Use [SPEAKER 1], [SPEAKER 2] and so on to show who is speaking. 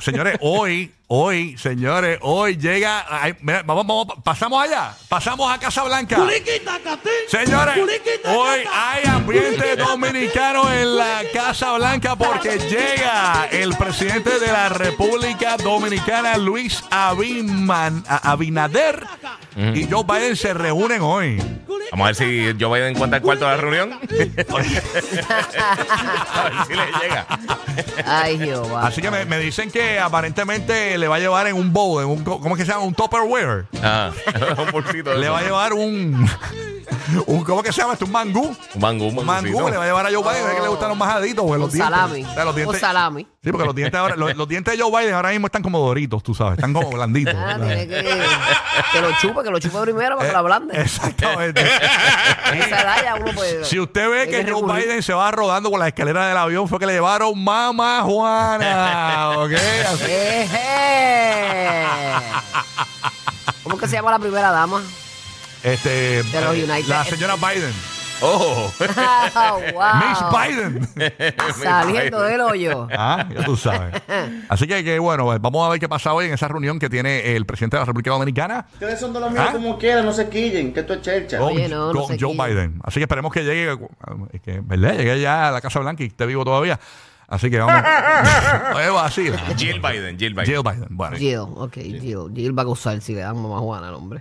[SPEAKER 1] Señores, hoy, hoy, señores, hoy llega. ay, mira, vamos, vamos, pasamos allá. Pasamos a Casa Blanca.
[SPEAKER 2] Culiquita, catín.
[SPEAKER 1] Señores,
[SPEAKER 2] Culiquita,
[SPEAKER 1] hoy
[SPEAKER 2] catá.
[SPEAKER 1] hay ambiente
[SPEAKER 2] Culiquita,
[SPEAKER 1] dominicano en la Casa Blanca porque llega el presidente de la República Dominicana, Luis Abiman- A- Abinader, y Joe Biden se reúnen hoy.
[SPEAKER 3] Vamos a ver si Joe Biden encuentra el cuarto de la reunión. a ver si le llega.
[SPEAKER 4] Ay, Jehová.
[SPEAKER 1] Así que me, me dicen que aparentemente le va a llevar en un bowl, en un, co- ¿cómo es que se llama? Un Tupperware.
[SPEAKER 3] Ah, un bolsito. de
[SPEAKER 1] Le
[SPEAKER 3] eso.
[SPEAKER 1] va a llevar un, un ¿cómo que se llama esto? Un mangú.
[SPEAKER 3] Un mangú, un
[SPEAKER 1] Un mangú
[SPEAKER 3] mangucito.
[SPEAKER 1] le va a llevar a Joe Biden, es que le gustan los majaditos, güey, los
[SPEAKER 4] Un
[SPEAKER 1] dientes.
[SPEAKER 4] salami.
[SPEAKER 1] O sea, los
[SPEAKER 4] Un
[SPEAKER 1] dientes-
[SPEAKER 4] salami.
[SPEAKER 1] Sí, porque los dientes ahora, los, los dientes de Joe Biden ahora mismo están como doritos, tú sabes, están como blanditos.
[SPEAKER 4] Ah,
[SPEAKER 1] ¿verdad?
[SPEAKER 4] tiene que, que lo chupe, que lo chupe primero para que lo
[SPEAKER 1] Eh,
[SPEAKER 4] ablande.
[SPEAKER 1] Exactamente.
[SPEAKER 4] A esa edad ya uno puede-
[SPEAKER 1] Si usted ve
[SPEAKER 4] hay
[SPEAKER 1] que, Joe
[SPEAKER 4] recurrir.
[SPEAKER 1] Biden se va rodando por la escalera del avión, fue que le llevaron mamá Juana. ¿Ok? Así-
[SPEAKER 4] Eje. ¿Cómo que se llama la primera dama?
[SPEAKER 1] Este,
[SPEAKER 4] De los United
[SPEAKER 1] la señora Biden.
[SPEAKER 3] Oh,
[SPEAKER 4] Ah, wow.
[SPEAKER 1] Miss Biden.
[SPEAKER 4] Saliendo del hoyo.
[SPEAKER 1] Ah, ya tú sabes. Así que, que, bueno, pues, vamos a ver qué pasa hoy en esa reunión que tiene el presidente de la República Dominicana
[SPEAKER 5] Ustedes son de los míos
[SPEAKER 1] ¿Ah?
[SPEAKER 5] como quieran, no se quillen, que esto es chercha.
[SPEAKER 1] con,
[SPEAKER 4] Oye, no, no
[SPEAKER 1] con
[SPEAKER 4] se
[SPEAKER 1] Joe
[SPEAKER 4] quille.
[SPEAKER 1] Biden. Así que esperemos que llegue, eh, que, ¿verdad? Llegue ya a la Casa Blanca y esté vivo todavía. Así que vamos. Oye, vacila.
[SPEAKER 3] Jill Biden, Jill Biden.
[SPEAKER 1] Jill Biden. Bueno.
[SPEAKER 4] Jill, ok, Jill. Jill va a gozar si le dan mamá Juana al hombre.